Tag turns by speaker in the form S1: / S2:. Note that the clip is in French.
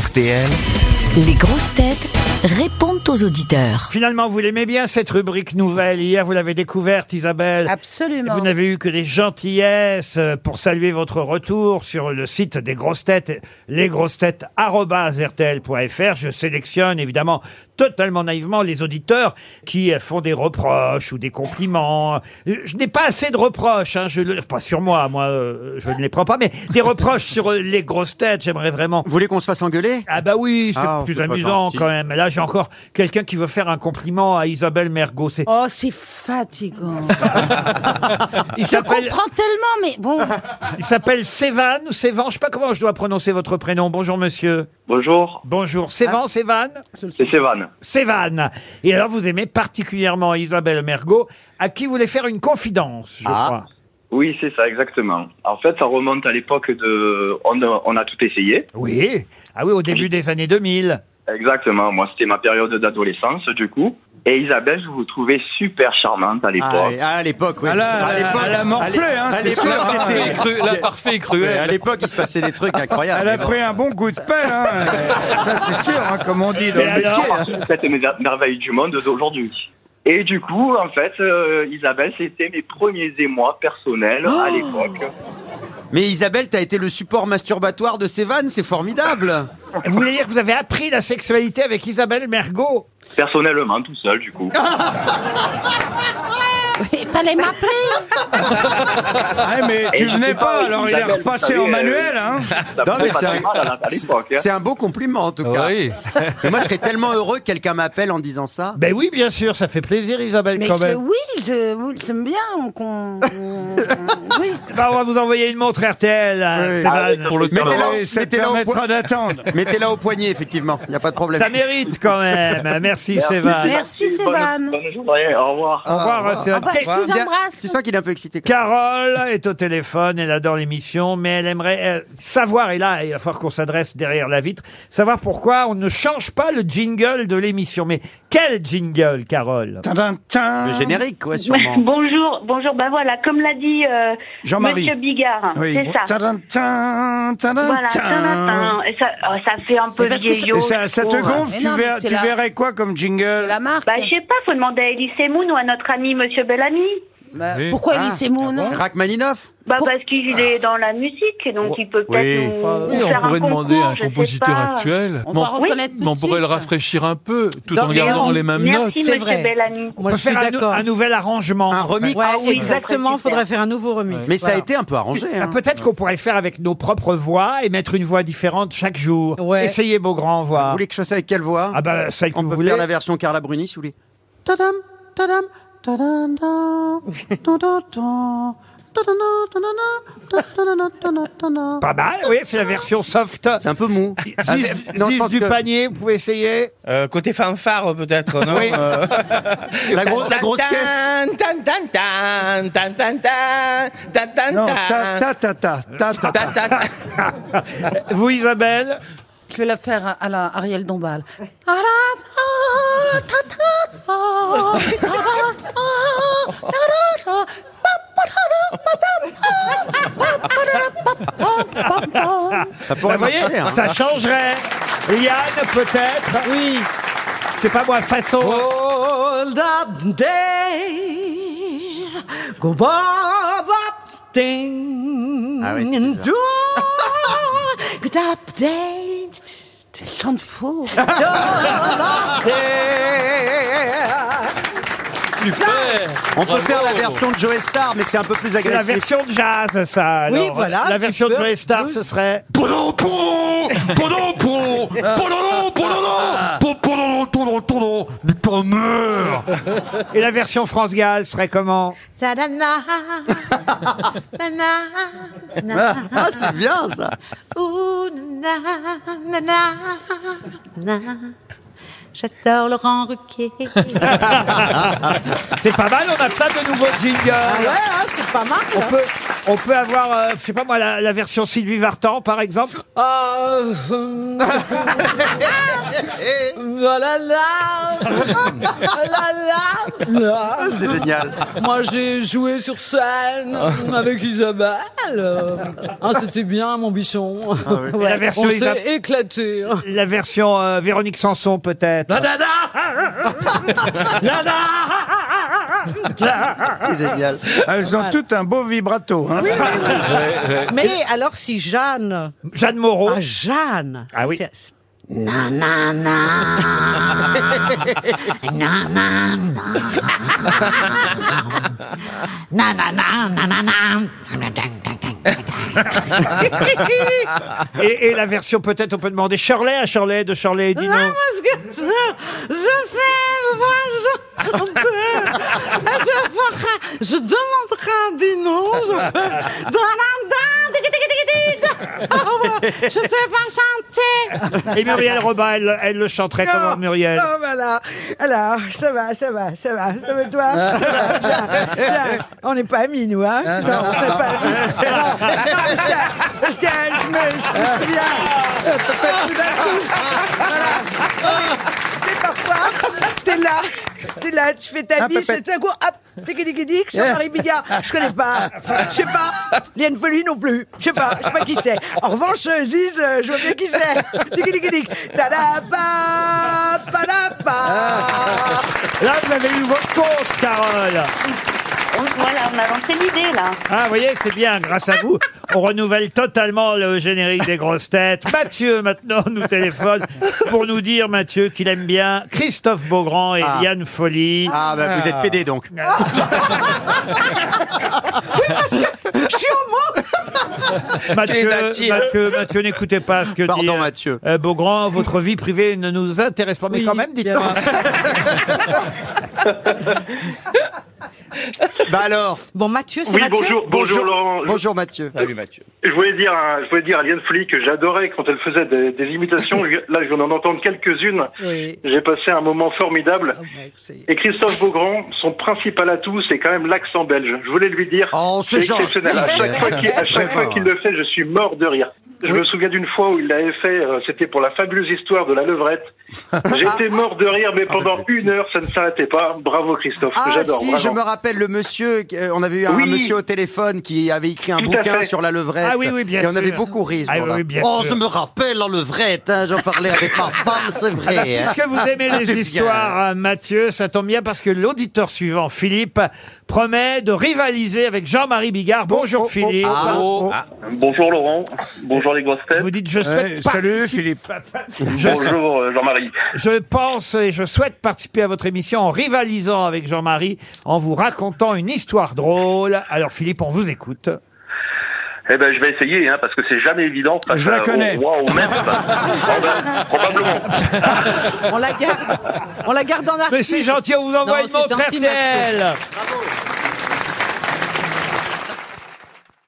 S1: RTL.
S2: Les grosses têtes répondent aux auditeurs.
S3: Finalement, vous l'aimez bien cette rubrique nouvelle. Hier, vous l'avez découverte, Isabelle.
S4: Absolument.
S3: Vous n'avez eu que des gentillesses euh, pour saluer votre retour sur le site des grosses têtes, lesgrossetêtes.rtl.fr. Je sélectionne évidemment totalement naïvement les auditeurs qui euh, font des reproches ou des compliments. Je je n'ai pas assez de reproches, hein, je le, pas sur moi, moi euh, je ne les prends pas, mais des reproches sur euh, les grosses têtes, j'aimerais vraiment.
S5: Vous voulez qu'on se fasse engueuler
S3: Ah bah oui, c'est
S5: Ah,
S3: plus
S5: c'est pas
S3: amusant
S5: gentil.
S3: quand même. Là, j'ai encore quelqu'un qui veut faire un compliment à Isabelle Mergot. C'est-
S4: Oh, c'est fatigant.
S3: Il
S4: Je
S3: s'appelle
S4: comprends tellement, mais bon.
S3: il s'appelle Sévan ou Sévan, je sais pas comment je dois prononcer votre prénom. Bonjour monsieur.
S6: Bonjour,
S3: Bonjour Sévan, Sévan
S6: c'est Sévan.
S3: Sévan. Et alors vous aimez particulièrement Isabelle Mergot à qui vous voulez faire une confidence, je
S7: Ah.
S3: crois.
S6: Oui, c'est ça, exactement. En fait, ça remonte à l'époque de... On a, on a tout essayé.
S3: Oui. Ah oui, au début des années 2000.
S6: Exactement, moi, c'était ma période d'adolescence, du coup. Et Isabelle, je vous trouvais super charmante à
S5: Ah,
S6: l'époque.
S5: et- ah, à l'époque, oui. à l'époque,
S7: elle a morflé, hein,
S5: à
S7: c'est
S5: l'époque,
S7: sûr, hein.
S5: c'était-
S7: Elle est
S8: Cru- la parfait et
S5: mais à
S8: cruelle.
S5: l'époque, il se passait des trucs incroyables.
S7: Elle a
S5: Mais bon.
S7: pris un bon coup de pelle, hein. euh, ça c'est sûr, hein, comme on dit dans
S3: Mais
S7: le métier.
S3: alors
S7: hein.
S6: Cette mer- merveille du monde d'aujourd'hui. Et du coup, en fait, euh, Isabelle, c'était mes premiers émois personnels
S7: Oh
S6: à l'époque.
S5: Mais Isabelle, t'as été le support masturbatoire de Sévan, c'est formidable.
S3: Vous voulez dire que vous avez appris la sexualité avec Isabelle Mergot
S6: Personnellement, tout seul, du coup.
S7: Ah,
S4: Il fallait m'appeler.
S7: Ah, mais tu
S6: Et
S7: venais
S6: c'est
S7: pas, alors il est
S6: Isabelle,
S7: repassé
S6: vous
S7: en
S6: savez,
S7: manuel,
S6: euh,
S7: hein.
S6: Ça
S5: Non, mais
S6: faisait pas
S5: c'est
S6: très
S5: un-
S6: mal à la- à l'époque. hein.
S5: C'est un beau compliment en tout cas.
S8: Oui.
S5: Et moi, je serais tellement heureux que quelqu'un m'appelle en disant ça.
S3: Ben oui, bien sûr, ça fait plaisir Isabelle
S4: Mais
S3: quand
S4: je-
S3: même.
S4: oui, je vous- j'aime bien qu'on. oui.
S3: Bah, on va vous envoyer une montre RTL, hein,
S5: Oui.
S7: Ah
S3: Sévan.
S6: Avec-
S8: Pour le temps.
S5: Mettez-la
S7: Et ça te
S5: mettez-la au, po-
S7: permettra d'attendre.
S5: mettez-la au poignet, effectivement. Il n'y a pas de problème.
S3: Ça mérite quand même. Merci Sévan.
S4: Merci,
S6: Bonne-
S4: Sévan.
S6: Bonne journée, au revoir.
S3: Au revoir
S4: Ah
S3: Sévan.
S4: bah, je vous
S5: Bien.
S4: embrasse.
S5: Tu sens qu'il est un peu excité. quand même.
S3: Carole est au téléphone, elle adore l'émission, mais elle aimerait euh, savoir, et là, il va falloir qu'on s'adresse derrière la vitre, savoir pourquoi on ne change pas le jingle de l'émission. Mais quel jingle, Carole
S7: Tadam, tadam.
S5: Le générique, quoi, sûrement.
S9: bonjour, bonjour. Ben voilà, comme l'a dit euh,
S7: Jean-Marie.
S9: Monsieur Bigard,
S7: Oui.
S9: c'est ça.
S7: Tadam, tadam, tadam,
S9: Voilà, ça,
S7: tadam.
S9: ça, ça, oh, ça fait un peu
S4: Mais parce que
S9: vieillot.
S7: Et ça,
S9: je
S7: ça te
S9: trouve.
S7: gonfle,
S4: Mais
S7: tu,
S4: non, mais
S7: verrais-
S4: c'est
S7: tu
S4: la-
S7: verrais quoi comme jingle
S4: La marque.
S9: Bah, je sais pas, faut demander à Elie Semoun ou à notre ami Monsieur Bellamy.
S4: Bah,
S8: Oui.
S4: Pourquoi
S5: Ah,
S4: Elise et Moon
S5: Rachmaninoff
S9: Bah,
S4: Pour-
S9: parce qu'il est dans la musique, donc il peut
S5: Oui.
S9: peut-être nous,
S8: Oui,
S9: nous
S8: on
S9: faire
S8: pourrait
S9: un concours,
S8: demander à un
S9: je sais
S8: compositeur
S9: pas.
S8: actuel.
S4: On
S8: Mais on-
S4: va reconnaître tout
S8: mais on
S4: de
S8: pourrait le
S4: suite.
S8: rafraîchir un peu, tout
S10: Non,
S8: en
S10: mais
S8: gardant
S10: on-
S8: les mêmes notes.
S9: Merci
S10: C'est
S9: Monsieur
S10: vrai.
S9: Bellamy.
S3: On
S10: Moi,
S3: peut
S10: je suis
S3: faire un, nou-
S10: d'accord.
S3: un nouvel arrangement.
S5: Un remix
S10: Ouais,
S9: Ah oui,
S10: exactement,
S9: ça serait
S10: faudrait faire un nouveau remix.
S5: Mais ça a
S10: Voilà.
S5: été un peu arrangé.
S3: Ah,
S5: Hein.
S3: Peut-être qu'on pourrait le faire avec nos propres voix et mettre une voix différente chaque jour.
S10: Ouais.
S3: Essayez, Beaugrand,
S5: Vous
S3: voir.
S5: voulez que je fasse avec quelle voix
S3: Ah bah, celle que
S5: On
S3: vous
S5: peut
S3: voulez.
S5: faire la version Carla Bruni, si vous voulez. Tadam, tadam, tadam, tadam, tadam, tadam, tadam, tadam, tadam, tadam.
S3: Pas mal, oui, c'est la version soft.
S5: C'est un peu mou. Ah,
S3: Ziz,
S5: c'est- non, je
S3: Ziz
S5: pense
S3: du
S5: que
S3: panier, vous pouvez essayer.
S11: Euh, côté fanfare, peut-être, non
S3: Oui.
S11: Euh,
S5: La, gro- la grosse
S11: tan,
S5: caisse.
S11: tan, tan, tan, tan, tan, tan, tan, tan,
S7: Non, ta
S11: tan.
S7: ta ta ta ta ta. ta.
S11: Ta, ta, ta.
S3: Bah, Vous, Isabelle
S4: Je vais la faire à, à la Ariel Dombal. Ah là, ah, ta, ta, ah, ah, ah, ah, ah, ah, ah,
S5: Ça pourrait
S3: Vous bah, voyez,
S5: marcher. hein.
S3: ça changerait. Yann, peut-être. Oui. C'est pas moi, façon.
S5: Oh,
S10: Hold up day, go bob up thing,
S5: Ah oui, c'est ça.
S10: do good up day,
S4: Elle chante faux.
S8: Super.
S5: On peut faire la version de Joe Star, mais c'est un peu plus
S3: C'est la
S5: agressif.
S3: version de jazz, ça.
S10: Oui,
S3: alors.
S10: voilà,
S3: La
S10: tu
S3: version de
S10: peux-
S3: Joey Star, ce serait. Et la version France Gall serait comment
S10: da da na, na na na,
S5: Ah, c'est bien ça.
S10: ouh, na na na na. J'adore Laurent Ruquier.
S3: C'est pas mal, on a plein de nouveaux jingles.
S10: Ah hein, c'est pas mal.
S3: On peut, On peut avoir, euh, je sais pas moi, la, la version Sylvie Vartan, par exemple.
S12: Ah, euh, la la la, la la la.
S5: C'est génial.
S12: Moi, j'ai joué sur scène
S11: Ah.
S12: avec Isabelle. Euh, ah, C'était bien, mon bichon.
S3: Et La version,
S12: On
S3: Isa-
S12: s'est éclaté.
S3: la version euh, Véronique Sanson, peut-être.
S5: C'est génial. Ah, Elles ont toutes un beau vibrato. Hein.
S11: Mais alors si Jeanne...
S3: Jeanne Moreau.
S11: Ah, Jeanne
S3: Ah oui.
S11: C'est- c'est-
S2: Na na na. Na na na. Na na na na na na. Na, dang, dang, dang, dang, dang.
S3: Et, et la version, peut-être, on peut demander Shirley à Shirley de Shirley et Dino.
S11: Non, parce que je, je sais, moi, je chantais. Je, ferai- je demanderai à Dino. Je fais dans la- dans- Oh, moi, Je sais pas chanter.
S3: Et Muriel Robin, elle, elle le chanterait comment, Muriel
S11: Non, voilà. Alors, ça va, ça va, ça va. Ça va, toi Bien, bien. On n'est pas amis, nous, hein Non, on n'est pas amis. Non, parce que- Parce que je me je me souviens. euh, Tout d'un coup. Voilà. C'est parfois, t'es là. T'es là, tu fais ta vie, c'est un coup, hop, tic-tic-tic, Jean-Marie Bigard, je connais pas, je sais pas, Liane Folie non plus, je sais pas, je sais pas qui c'est. En revanche, euh, Ziz, euh, je vois bien qui c'est. Tic-tic-tic, ta-da-pa, pa-da-pa.
S3: Là, vous avez eu votre compte, Carole.
S9: Voilà, on a lancé l'idée, là.
S3: Ah, vous voyez, c'est bien, grâce à vous, on renouvelle totalement le générique des grosses têtes. Mathieu, maintenant, nous téléphone pour nous dire, Mathieu, qu'il aime bien Christophe Beaugrand et
S5: Ah.
S3: Yann Folly.
S5: Ah, bah, vous êtes pédé donc.
S11: Je suis au monde.
S3: Mathieu,
S12: Qu'est-il
S3: Mathieu, Mathieu, n'écoutez pas ce que
S5: Pardon,
S3: dit euh,
S5: Mathieu.
S3: euh, Beaugrand. Votre vie privée ne nous intéresse pas, mais quand même, dites-moi.
S5: Bah alors.
S11: Bon, Mathieu, c'est
S6: Oui,
S11: Mathieu
S6: bonjour, bonjour, Laurent. Je-
S5: Bonjour Mathieu.
S12: Salut, Mathieu.
S6: Je voulais dire, à- je voulais dire à Liane Folie que j'adorais quand elle faisait des, des imitations. Là, je viens d'en entendre quelques-unes.
S11: Oui.
S6: J'ai passé un moment formidable.
S11: Oh, mec, c'est-
S6: Et Christophe Beaugrand, son principal atout, c'est quand même l'accent belge. Je voulais lui dire,
S5: Oh, c'est gentil.
S6: exceptionnel. À chaque fois qu'il, à chaque
S5: Très
S6: fois
S5: fort.
S6: qu'il le fait, je suis mort de rire. Je me souviens d'une fois où il l'avait fait, euh, c'était pour la fabuleuse histoire de la levrette. J'étais mort de rire, mais pendant une heure, ça ne s'arrêtait pas. Bravo Christophe,
S5: Ah
S6: j'adore.
S5: si,
S6: vraiment.
S5: je me rappelle le monsieur, euh, on avait eu un
S6: Oui.
S5: monsieur au téléphone qui avait écrit un
S6: Tout à
S5: bouquin
S6: fait.
S5: sur la levrette.
S3: Ah oui, oui, bien
S5: Et on
S3: sûr.
S5: avait beaucoup ri ce
S3: Ah oui,
S5: jour-là.
S3: oui, bien
S5: oh,
S3: sûr.
S5: je me rappelle la levrette, hein, j'en parlais avec ma femme, c'est
S3: Ah bah,
S5: vrai. hein.
S3: puisque vous aimez
S5: Ah, c'est
S3: les
S5: bien.
S3: histoires, euh, Mathieu, ça tombe bien parce que l'auditeur suivant, Philippe, promet de rivaliser avec Jean-Marie Bigard. Bonjour
S11: oh,
S3: Philippe.
S5: Ah,
S8: Oh,
S6: Bonjour Laurent, bonjour les grosses têtes,
S3: Vous dites je souhaite
S5: Ouais,
S3: participer-
S5: salut, Philippe.
S3: Je,
S6: bonjour euh, Jean-Marie.
S3: je pense et je souhaite participer à votre émission en rivalisant avec Jean-Marie, en vous racontant une histoire drôle. Alors Philippe, on vous écoute.
S6: Eh ben, je vais essayer, hein, parce que c'est jamais évident. face
S5: Je la
S6: à-
S5: connais.
S6: Au roi, au maître. Proba- probablement.
S11: On la garde, on la garde en arrière.
S3: Mais c'est gentil, on vous envoie
S11: Non,
S3: une
S11: c'est
S3: montre
S11: gentil,
S3: RTL.